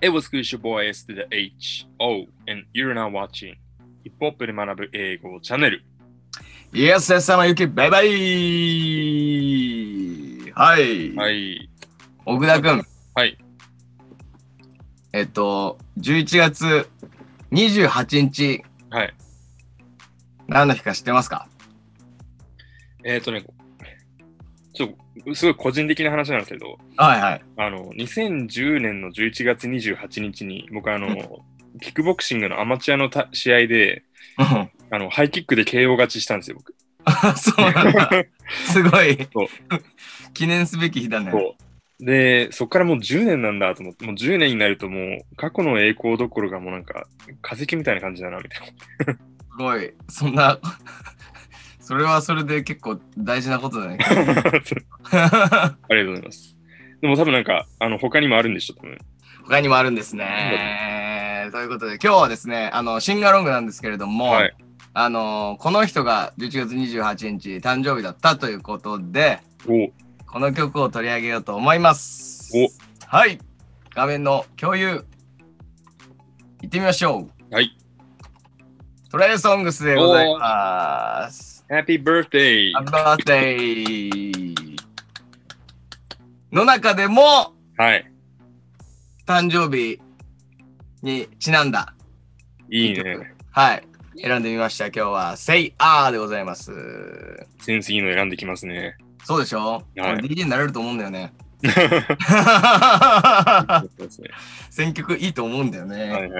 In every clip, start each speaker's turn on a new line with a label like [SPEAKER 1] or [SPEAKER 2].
[SPEAKER 1] It was good, your boy S to the H O, and you're now watching ヒップホップで学ぶ英語チャンネル。
[SPEAKER 2] Yes, yes, 山きバイバイはい。
[SPEAKER 1] はい。
[SPEAKER 2] 奥田くん。
[SPEAKER 1] はい。
[SPEAKER 2] えっと、11月28日、
[SPEAKER 1] はい。
[SPEAKER 2] 何の日か知ってますか
[SPEAKER 1] えっ、ー、とね、ちょっと、すごい個人的な話なんですけど、
[SPEAKER 2] はいはい。
[SPEAKER 1] あの、2010年の11月28日に、僕あの、キックボクシングのアマチュアのた試合で、
[SPEAKER 2] うん
[SPEAKER 1] あの、ハイキックで KO 勝ちしたんですよ、僕。
[SPEAKER 2] あ そうな んだ。すごい
[SPEAKER 1] そう。
[SPEAKER 2] 記念すべき日だね。
[SPEAKER 1] そうで、そこからもう10年なんだと思って、もう10年になるともう過去の栄光どころがもうなんか化石みたいな感じだなみたい
[SPEAKER 2] すごい。そんな、 それはそれで結構大事なこ とだね。
[SPEAKER 1] な。ありがとうございます。でも多分なんか、あの、他にもあるんでしょ、多分。
[SPEAKER 2] 他にもあるんですね。ということで、今日はですね、あの、シンガロングなんですけれども、
[SPEAKER 1] はい。
[SPEAKER 2] あの、この人が11月28日誕生日だったということで、
[SPEAKER 1] お
[SPEAKER 2] この曲を取り上げようと思います。
[SPEAKER 1] お
[SPEAKER 2] はい。画面の共有、行ってみましょう。
[SPEAKER 1] はい。
[SPEAKER 2] トレイソングスでございます。
[SPEAKER 1] Happy birthday!
[SPEAKER 2] ハッピーバースデーの中でも、
[SPEAKER 1] はい。
[SPEAKER 2] 誕生日にちなんだ
[SPEAKER 1] いい
[SPEAKER 2] いい曲
[SPEAKER 1] ね。
[SPEAKER 2] はい。選んでみました。今日は Say R でございます。
[SPEAKER 1] センスいいの選んできますね。
[SPEAKER 2] そうでしょ、
[SPEAKER 1] い
[SPEAKER 2] これ ?DJ になれると思うんだ よね。
[SPEAKER 1] そうですね
[SPEAKER 2] 選曲いいと思うんだよね。
[SPEAKER 1] はいはいはい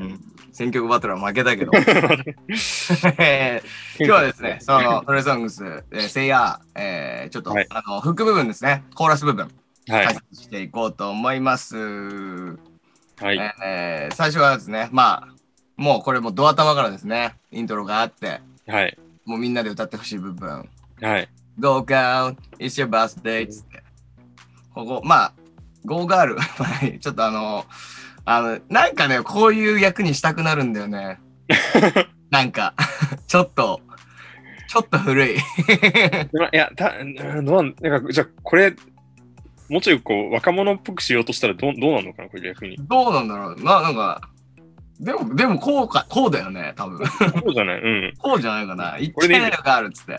[SPEAKER 2] うん
[SPEAKER 1] はい。
[SPEAKER 2] 選曲バトルは負 けたけど。えー今日はですね、そのトレイソングス、えー、Say R、えーちょっと、
[SPEAKER 1] はい
[SPEAKER 2] あの、フック部分ですね、コーラス部分、
[SPEAKER 1] はい。
[SPEAKER 2] 解説していこうと思います。
[SPEAKER 1] はい。はい。
[SPEAKER 2] えー最初はですね、まあ、もうこれもうドア頭からですね、イントロがあって、
[SPEAKER 1] はい。
[SPEAKER 2] もうみんなで歌ってほしい部分。
[SPEAKER 1] はい。
[SPEAKER 2] Go girl, it's your birthday つって。ここ、まあ、Go girl はいちょっとあの、あの、なんかね、こういう役にしたくなるんだ よね。なんか、 ちょっと、ちょっと古い。
[SPEAKER 1] まいや、た、どうなん、なんか、じゃあこれ、もうちょいこう、若者っぽくしようとしたらどう、どうなんのかな、これ逆に。
[SPEAKER 2] どうなんだろうな、なんか、でも、でもこうか、こうだよね、多分。
[SPEAKER 1] そうじゃないうん。
[SPEAKER 2] こうじゃないかな。いっ
[SPEAKER 1] こ
[SPEAKER 2] ち
[SPEAKER 1] れ
[SPEAKER 2] ゃ
[SPEAKER 1] でい
[SPEAKER 2] い
[SPEAKER 1] いん
[SPEAKER 2] な
[SPEAKER 1] だ
[SPEAKER 2] いがあるっつって。うん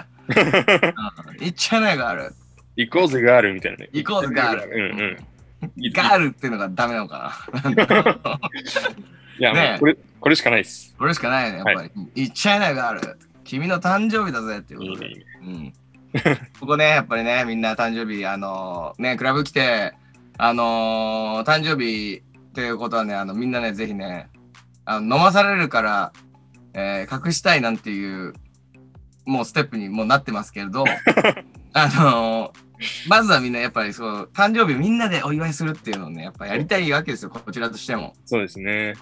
[SPEAKER 2] いっちゃいないが ある。
[SPEAKER 1] 行こうぜ、ガールみたいなね。
[SPEAKER 2] 行こうぜガー
[SPEAKER 1] う
[SPEAKER 2] ル
[SPEAKER 1] んうん。い
[SPEAKER 2] ガールっていうのがダメなのかな。
[SPEAKER 1] いや、
[SPEAKER 2] ね
[SPEAKER 1] もうこれ、これしかないです。
[SPEAKER 2] これしかないね、やっぱり。い、っちゃいないがある。君の誕生日だぜっていう
[SPEAKER 1] い
[SPEAKER 2] こ
[SPEAKER 1] い
[SPEAKER 2] と
[SPEAKER 1] ね、い
[SPEAKER 2] で。
[SPEAKER 1] いね。
[SPEAKER 2] うん。 ここね、やっぱりね、みんな誕生日、あのね、クラブ来て、あのー誕生日っていうことはね、あの、みんなね、ぜひね、あの飲まされるから、えー隠したいなんていう、もうステップにもうなってます けれど、あのーまずはみんなやっぱりそう、誕生日みんなでお祝いするっていうのをね、やっぱやりたいわけですよ、こちらとしても。
[SPEAKER 1] そうですね。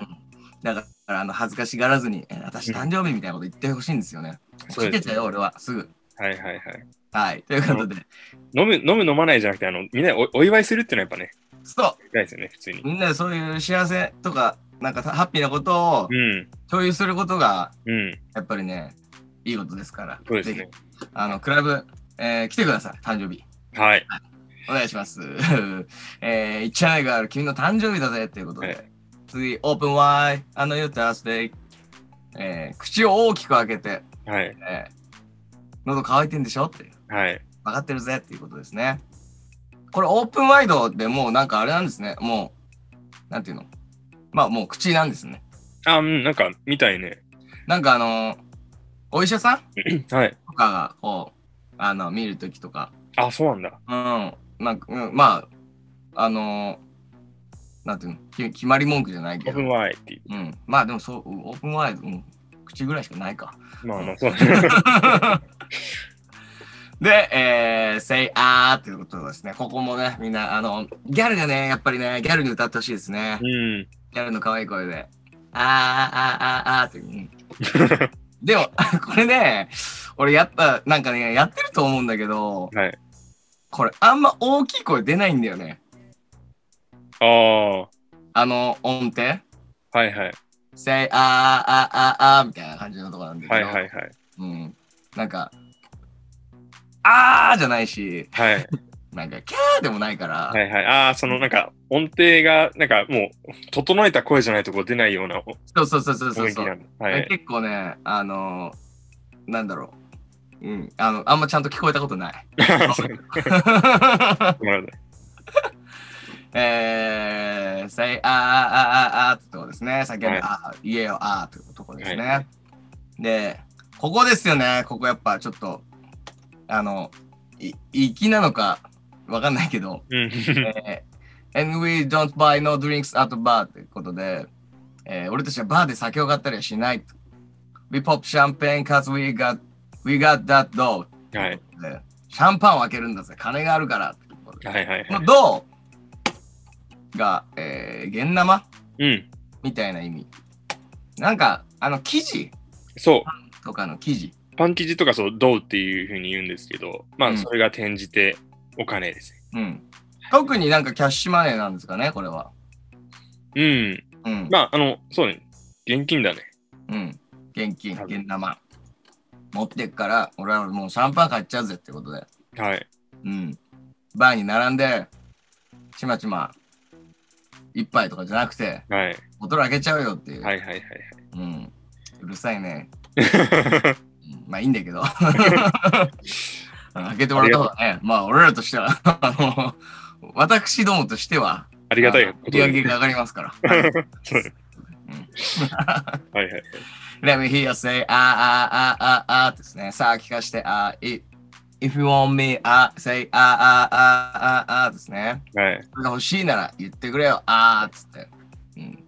[SPEAKER 2] だから、あの、恥ずかしがらずに、えー私誕生日みたいなこと言ってほしいんですよね。
[SPEAKER 1] そう
[SPEAKER 2] 聞い
[SPEAKER 1] で
[SPEAKER 2] て
[SPEAKER 1] す
[SPEAKER 2] た
[SPEAKER 1] ね
[SPEAKER 2] よ、俺は、すぐ。
[SPEAKER 1] はいはいはい。
[SPEAKER 2] はい。ということで、
[SPEAKER 1] 飲む、飲む、飲まないじゃなくて、あの、みんなでおお祝いするっていうのはやっぱね、
[SPEAKER 2] そ
[SPEAKER 1] 大いですよね、普通に
[SPEAKER 2] う、。みんなでそういう幸せとか、なんかハッピーなことを
[SPEAKER 1] うん。
[SPEAKER 2] 共有することが、
[SPEAKER 1] うん。
[SPEAKER 2] やっぱりね、いいことですから、
[SPEAKER 1] そうです
[SPEAKER 2] ぜ
[SPEAKER 1] ね。
[SPEAKER 2] ひあの、クラブ、えー来てください、誕生日。
[SPEAKER 1] はい。
[SPEAKER 2] お願いします。 えー、いっちゃないがある、君の誕生日だぜ、ということで。
[SPEAKER 1] は
[SPEAKER 2] 次、オープンワイ、あの r と h d a y えー、口を大きく開けて、
[SPEAKER 1] はい。
[SPEAKER 2] えー、喉乾いてんでしょって。
[SPEAKER 1] はい。
[SPEAKER 2] 上がってるぜっていうことですね。これオープンワイドでもうなんかあれなんですね。もう、なんていうのまあもう口なんですね。
[SPEAKER 1] あ、うん、なんか、みたいね。
[SPEAKER 2] なんかあの、お医者さん
[SPEAKER 1] はい。
[SPEAKER 2] とかがこう、あの、見るときとか、
[SPEAKER 1] あ、そうなんだ。
[SPEAKER 2] うん、なんか、うん、まあ、あの、なんていうのき決まり文句じゃない
[SPEAKER 1] オ
[SPEAKER 2] け
[SPEAKER 1] ープ
[SPEAKER 2] ど
[SPEAKER 1] ン、ワイっていう。
[SPEAKER 2] うん、まあでもそう、オープンワイド、うん、口ぐらいしかないか。
[SPEAKER 1] まあまあ、そうなんだ。
[SPEAKER 2] で、えー、say あーっていうことですね。ここもね、みんな、あの、ギャルがね、やっぱりね、ギャルに歌ってほしいですね
[SPEAKER 1] う。ん。
[SPEAKER 2] ギャルの可愛い声で、あーあーあーあーって。うんでも、 これね、俺やっぱ、なんかね、やってると思うんだけど、
[SPEAKER 1] はい。
[SPEAKER 2] これあんま大きい声出ないんだよね。
[SPEAKER 1] ああ、は
[SPEAKER 2] あの音程。
[SPEAKER 1] いはい。
[SPEAKER 2] say あーあーあーあーみたいな感じのとこなんだけど、
[SPEAKER 1] はいはいはい。
[SPEAKER 2] うん。なんか、あーじゃないし、
[SPEAKER 1] はい。
[SPEAKER 2] なんか、キャーでもないから、
[SPEAKER 1] はいはい。ああ、そのなんか、音程が、なんかもう、整えた声じゃないとこう出ないようなお
[SPEAKER 2] そうそうそうそう
[SPEAKER 1] 雰
[SPEAKER 2] そう
[SPEAKER 1] 囲気
[SPEAKER 2] そう
[SPEAKER 1] なんだ。はい。
[SPEAKER 2] 結構ね、あのーなんだろう。うん、あの、あんまちゃんと聞こえたこ とない。
[SPEAKER 1] なるほど
[SPEAKER 2] えー、say あーあーあーあーってとこですね。叫ぶ、
[SPEAKER 1] はい
[SPEAKER 2] あー言えよあーってとこですね。
[SPEAKER 1] はい
[SPEAKER 2] で、ここですよね。ここやっぱちょっと、あの、い粋なのかわかんないけど、
[SPEAKER 1] うん。
[SPEAKER 2] えー and we don't buy no drinks at bar ということで、えー俺たちはバーで酒を買ったりはしない。We pop champagne cause we got, we got that dough
[SPEAKER 1] はい。
[SPEAKER 2] で。シャンパンを開けるんだぜ。金があるから。
[SPEAKER 1] はいはい
[SPEAKER 2] こ
[SPEAKER 1] は
[SPEAKER 2] の銅が、えー、現生
[SPEAKER 1] い。うん。
[SPEAKER 2] みたいな意味。なんか、あの、生地
[SPEAKER 1] そう。
[SPEAKER 2] とかの生地。
[SPEAKER 1] パン生地とかそう、銅っていうふうに言うんですけど、ま
[SPEAKER 2] う
[SPEAKER 1] あ、
[SPEAKER 2] ん
[SPEAKER 1] それが転じてお金ですね。
[SPEAKER 2] うん。特になんかキャッシュマネーなんですかね、これは。
[SPEAKER 1] うん。
[SPEAKER 2] うん。
[SPEAKER 1] まあ、あの、そうね。現金だね。
[SPEAKER 2] うん。現金、
[SPEAKER 1] 多分
[SPEAKER 2] 現生。持ってっから、俺はもうシャンパン買っちゃうぜってことで。
[SPEAKER 1] はい。
[SPEAKER 2] うん。バーに並んで、ちまちま、一杯とかじゃなくて、
[SPEAKER 1] はい。はい
[SPEAKER 2] ボトル開けちゃうよっていう。
[SPEAKER 1] はいはい
[SPEAKER 2] うん。うるさいね。
[SPEAKER 1] はい。
[SPEAKER 2] うんまあいいんだけど。開けてもらった方がね、まあ俺らとしては、あの、私どもとしては、
[SPEAKER 1] ありがたいこと
[SPEAKER 2] 売り
[SPEAKER 1] だ
[SPEAKER 2] 上
[SPEAKER 1] ね
[SPEAKER 2] げが上がりますから。
[SPEAKER 1] そうね はいはい。
[SPEAKER 2] Let me hear you say, ああああああですね。さあ聞かして、あー、い If you want me, あ say, ああああああですね。
[SPEAKER 1] はい。
[SPEAKER 2] それが欲しいなら言ってくれよ、あーっつって。うん。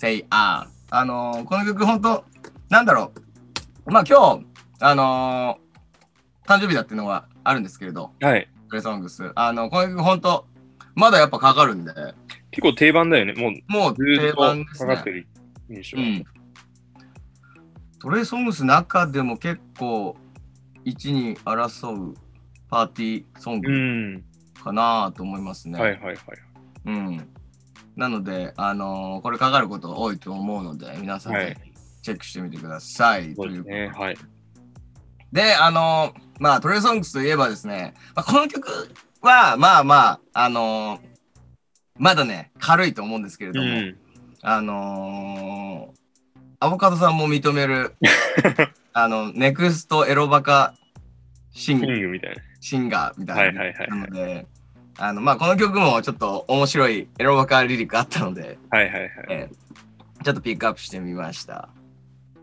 [SPEAKER 2] say, あー。あのー、この曲ほんと、なんだろう。まあ今日、あのー、誕生日だっていうのはあるんですけれど、
[SPEAKER 1] はい。
[SPEAKER 2] プレソングス。あの、この曲ほんと、まだやっぱかかるんで、
[SPEAKER 1] 結構定番だよね。もう
[SPEAKER 2] もう
[SPEAKER 1] ずー
[SPEAKER 2] 定
[SPEAKER 1] っ
[SPEAKER 2] 番で
[SPEAKER 1] と
[SPEAKER 2] す
[SPEAKER 1] かかっ
[SPEAKER 2] ね
[SPEAKER 1] て。る印象。
[SPEAKER 2] うん。トレソングス中でも結構、一に争うパーティーソン
[SPEAKER 1] う
[SPEAKER 2] グ
[SPEAKER 1] ん。
[SPEAKER 2] かなと思いますね。
[SPEAKER 1] はいはいはい。
[SPEAKER 2] うん。なので、あのーこれかかること多いと思うので、皆さん
[SPEAKER 1] はい
[SPEAKER 2] ぜひチェックしてみてください。
[SPEAKER 1] そうです
[SPEAKER 2] とい
[SPEAKER 1] ね
[SPEAKER 2] う。こと
[SPEAKER 1] はい。
[SPEAKER 2] でで、あのーまあ、トレソングスといえばですね、まあ、この曲は、まあまあ、あのーまだね、軽いと思うんですけれ
[SPEAKER 1] う
[SPEAKER 2] ども、
[SPEAKER 1] ん。
[SPEAKER 2] あのーアボカドさんも認め る、あの、ネクストエロバカシン
[SPEAKER 1] キングみたい
[SPEAKER 2] シンガーみ
[SPEAKER 1] な。
[SPEAKER 2] た
[SPEAKER 1] はいい
[SPEAKER 2] な。
[SPEAKER 1] はいはい。
[SPEAKER 2] なので、あの、まあ、この曲もちょっと面白いエロバカリリックあったので、
[SPEAKER 1] はいはいはい。
[SPEAKER 2] えーちょっとピックアップしてみました。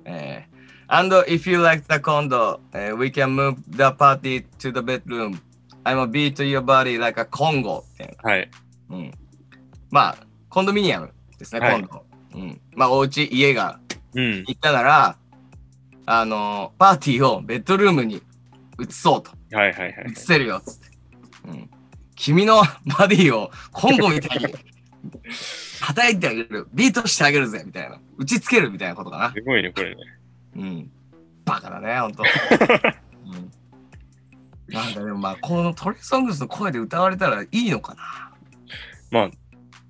[SPEAKER 2] えー And if you like the condo,、we can move the party to the bedroom. I'm a beat to your body like a Congo. みたいな
[SPEAKER 1] はい。
[SPEAKER 2] うん、まあ、コンドミニアムですね、
[SPEAKER 1] はい
[SPEAKER 2] 今度。うん、まあ、お家家が
[SPEAKER 1] うん。
[SPEAKER 2] 行ったなら、あのパーティーをベッドルームに移そうと。
[SPEAKER 1] はいはいはい。
[SPEAKER 2] 移せるよ、つって。うん、君のバディをコンゴみたいに叩いてあげる、ビートしてあげるぜ、みたいな。打ちつけるみたいなことかな。
[SPEAKER 1] すごいね、これね。
[SPEAKER 2] うん。バカだね、ほんと。うんなんかでもまあ、このトリソングスの声で歌われたらいいのかな。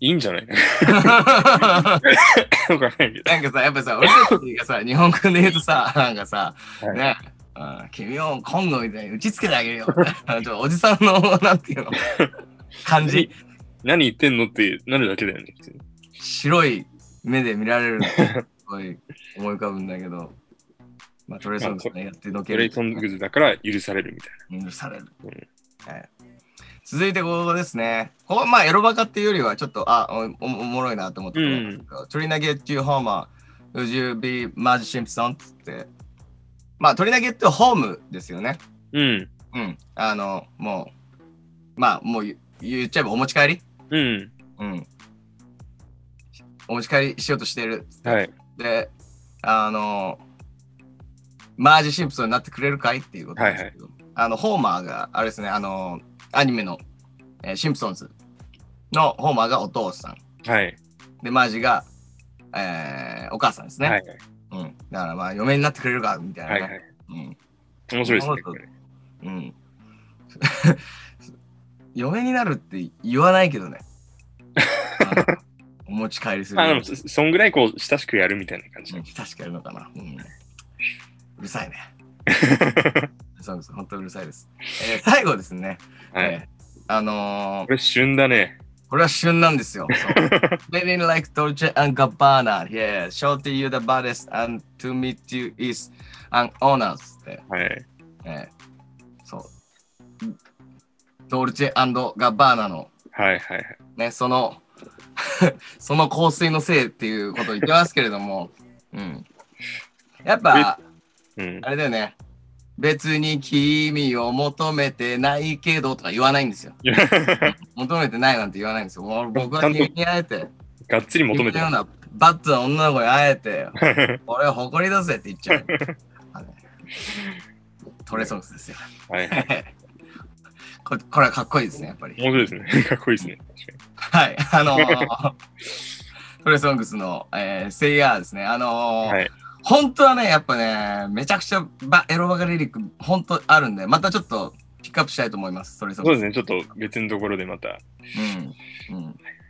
[SPEAKER 1] いいんじゃない わかんないけど。
[SPEAKER 2] なんかさ、やっぱさ、俺たちがさ、日本語で言うとさ、なんかさ、
[SPEAKER 1] はい
[SPEAKER 2] ね、うん君をコンゴみたいに打ちつけてあげるよ。 ちょおじさんの、なん ていうの、感じ、
[SPEAKER 1] 何言ってんのってなるだけだよね。普通に
[SPEAKER 2] 白い目で見られるの、すごい思い浮かぶんだけど、まあ、トレーソングスね、やっての
[SPEAKER 1] ト
[SPEAKER 2] け
[SPEAKER 1] レ
[SPEAKER 2] る
[SPEAKER 1] イ。ソングズだから許されるみたい
[SPEAKER 2] 許される
[SPEAKER 1] うん。
[SPEAKER 2] はい続いてここですね。ここまあエロバカっていうよりはちょっとあおおおもろいなと思ってたんですけど、取り投げっていうホーマー、Would you be Marge Simpson? っつって。まあ取り投げってホームですよね。
[SPEAKER 1] な。うん。
[SPEAKER 2] うん。あの、もう、まあもう言言っちゃえばお持ち帰り
[SPEAKER 1] うん。
[SPEAKER 2] うん。お持ち帰りしようとしてる。
[SPEAKER 1] はい。
[SPEAKER 2] で、あの、マージ・シンプソンになってくれるかいっていうことなんですけど、あの、ホーマーが、あれですね、あの、アニメの、えーシンプソンズのホーマーがお父さん、
[SPEAKER 1] はい。
[SPEAKER 2] で、マージが、えーお母さんですね、
[SPEAKER 1] はい。
[SPEAKER 2] うん。だからまあ、嫁になってくれるか、みたいな
[SPEAKER 1] は
[SPEAKER 2] ね。
[SPEAKER 1] い。はい。
[SPEAKER 2] うん
[SPEAKER 1] 面白いですね。これ
[SPEAKER 2] うん、 嫁になるって言わないけ どね。うんお持ち帰りする。
[SPEAKER 1] あ、でも、そそんぐらいこう、親しくやるみたいな感じ
[SPEAKER 2] う。ん確かやるのかな。うん、うるさいね。そうです。本当うるさいです。えー最後ですね。
[SPEAKER 1] はい。
[SPEAKER 2] えーあのー
[SPEAKER 1] これ旬だね。
[SPEAKER 2] これは旬なんですよ。そう Living like Dolce and Gabbana. Yeah, shorty you the baddest and to meet you is an honor. って、
[SPEAKER 1] はい。
[SPEAKER 2] えーそう。ドルチェガッバーナの、
[SPEAKER 1] はいはいはい。
[SPEAKER 2] ね、その、 その香水のせいっていうことを言ってますけれども、うん。やっぱ、
[SPEAKER 1] うん。
[SPEAKER 2] あれだよね。別に君を求めてないけどとか言わないんですよ。
[SPEAKER 1] いや
[SPEAKER 2] 求めてないなんて言わないんですよ。もう僕は君に会えて。
[SPEAKER 1] がっつり求めて
[SPEAKER 2] 言
[SPEAKER 1] ます
[SPEAKER 2] ったようなバッツな女の子に会 えて俺は誇りだぜって言っちゃうあのトレソンスですよ
[SPEAKER 1] はいはい。
[SPEAKER 2] ここれはかっこいいですねやっぱり
[SPEAKER 1] 面白いですね。かっ こいいですね。
[SPEAKER 2] はいあのートレソングスの、えー、セイヤーですねあのー
[SPEAKER 1] はい
[SPEAKER 2] 本当はねやっぱねめちゃくちゃバエロバカリリック本当あるんでまたちょっとピックアップしたいと思いますトレソン
[SPEAKER 1] そう
[SPEAKER 2] グ
[SPEAKER 1] で
[SPEAKER 2] ス
[SPEAKER 1] すね。ちょっと別のところでまた。
[SPEAKER 2] うんうん、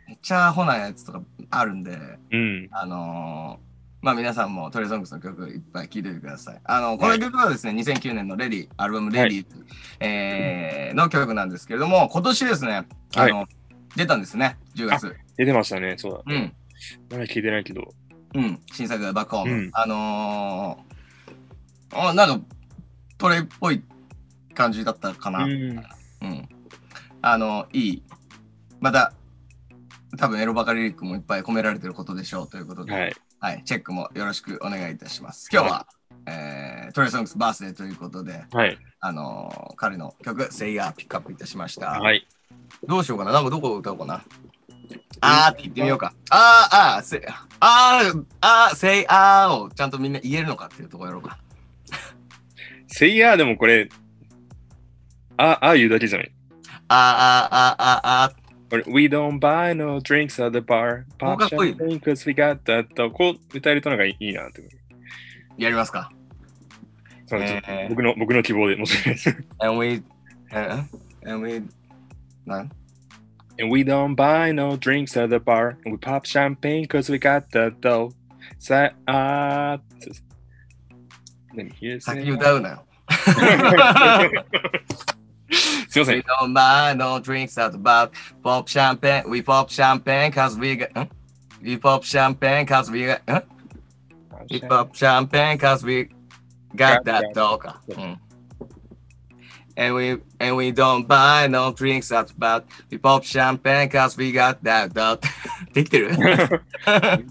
[SPEAKER 2] めっちゃアホなやつとかあるんで
[SPEAKER 1] うん。
[SPEAKER 2] あのーまあ皆さんもトレソングスの曲いっぱい聴いててください。あの、この曲はですね、2009年のレディ、アルバムレディ、えーの曲なんですけれども、今年ですね、あの、出たんですね、10月。
[SPEAKER 1] 出てましたね。そう
[SPEAKER 2] うん。
[SPEAKER 1] だ。まだ聞いてないけど。
[SPEAKER 2] うん。新作バックホーム。
[SPEAKER 1] うん
[SPEAKER 2] あのーあ、なんか、トレイっぽい感じだったか
[SPEAKER 1] う
[SPEAKER 2] な。うん。
[SPEAKER 1] ん。
[SPEAKER 2] あの、いい。また、多分エロバカリリックもいっぱい込められてることでしょうということで、
[SPEAKER 1] はい。
[SPEAKER 2] はい、チェックもよろしくお願いいたします。今日は、えートレソングスバースデーということで、
[SPEAKER 1] はい。
[SPEAKER 2] あのー彼の曲、セイヤーピックアップいたしました。
[SPEAKER 1] はい。
[SPEAKER 2] どうしようかななんかどこを歌おうかなあーって言ってみようか。あー、あー、せあー、あー、セイヤーをちゃんとみんな言えるのかっていうところやろうか。
[SPEAKER 1] セイヤーでもこれ、あ、ああいうだけじゃない。
[SPEAKER 2] あー、あー、あー、あー、あ
[SPEAKER 1] これ We don't buy no drinks at the bar.
[SPEAKER 2] おかっこいい
[SPEAKER 1] Because we got that. とこう歌えるとのがいいなって。
[SPEAKER 2] ーやりますか。
[SPEAKER 1] そうです
[SPEAKER 2] えー
[SPEAKER 1] 僕の僕の希望で申し訳ないです。
[SPEAKER 2] And we, and and we, なん
[SPEAKER 1] And we don't buy no drinks at the bar. And we pop champagne cause we got the dough. Sa- ah, あー何
[SPEAKER 2] 先
[SPEAKER 1] ?Here's
[SPEAKER 2] に歌うなよ。
[SPEAKER 1] すいませ
[SPEAKER 2] We
[SPEAKER 1] ん。
[SPEAKER 2] don't buy no drinks at the bar. Pop champagne, we pop champagne cause we got. Huh? We pop champagne cause we got. Huh? We pop champagne cause we got
[SPEAKER 1] Got
[SPEAKER 2] that
[SPEAKER 1] that.
[SPEAKER 2] dog. Mm. And we and we don't buy no drinks at the bar. We pop champagne cause we got that dog. Ah, できてる
[SPEAKER 1] We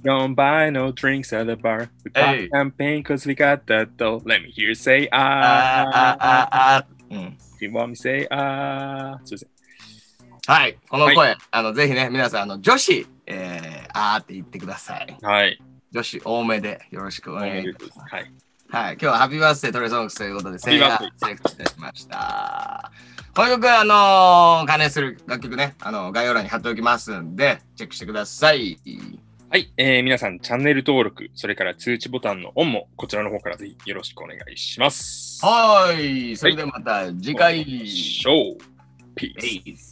[SPEAKER 1] don't buy no drinks at the bar. We pop
[SPEAKER 2] Hey.
[SPEAKER 1] champagne cause we got the dough. Let me hear you say
[SPEAKER 2] ああ
[SPEAKER 1] ah.
[SPEAKER 2] ああ。うん。
[SPEAKER 1] You want me say ah. すいません。
[SPEAKER 2] はい、この声、
[SPEAKER 1] は
[SPEAKER 2] あのぜひね、皆さん、あの女子、えー、あーって言ってください。
[SPEAKER 1] はい。
[SPEAKER 2] 女子多めでよろしくお願いいたします。
[SPEAKER 1] はい。
[SPEAKER 2] はい、今日はハッピーバースデートレソングスということ
[SPEAKER 1] ッ
[SPEAKER 2] で、
[SPEAKER 1] ピ
[SPEAKER 2] セ
[SPEAKER 1] ー
[SPEAKER 2] ガ
[SPEAKER 1] バース
[SPEAKER 2] セ
[SPEAKER 1] デー
[SPEAKER 2] レクトいたしました。この曲は、あのー関連する楽曲ね、あの概要欄に貼っておきますんで、チェックしてください。
[SPEAKER 1] はい、えー皆さん、チャンネル登録、それから通知ボタンのオンも、こちらの方からぜひよろしくお願いします。
[SPEAKER 2] はーい、それではまた次
[SPEAKER 1] 次
[SPEAKER 2] 回。
[SPEAKER 1] 回、ショー、ピース。
[SPEAKER 2] Peace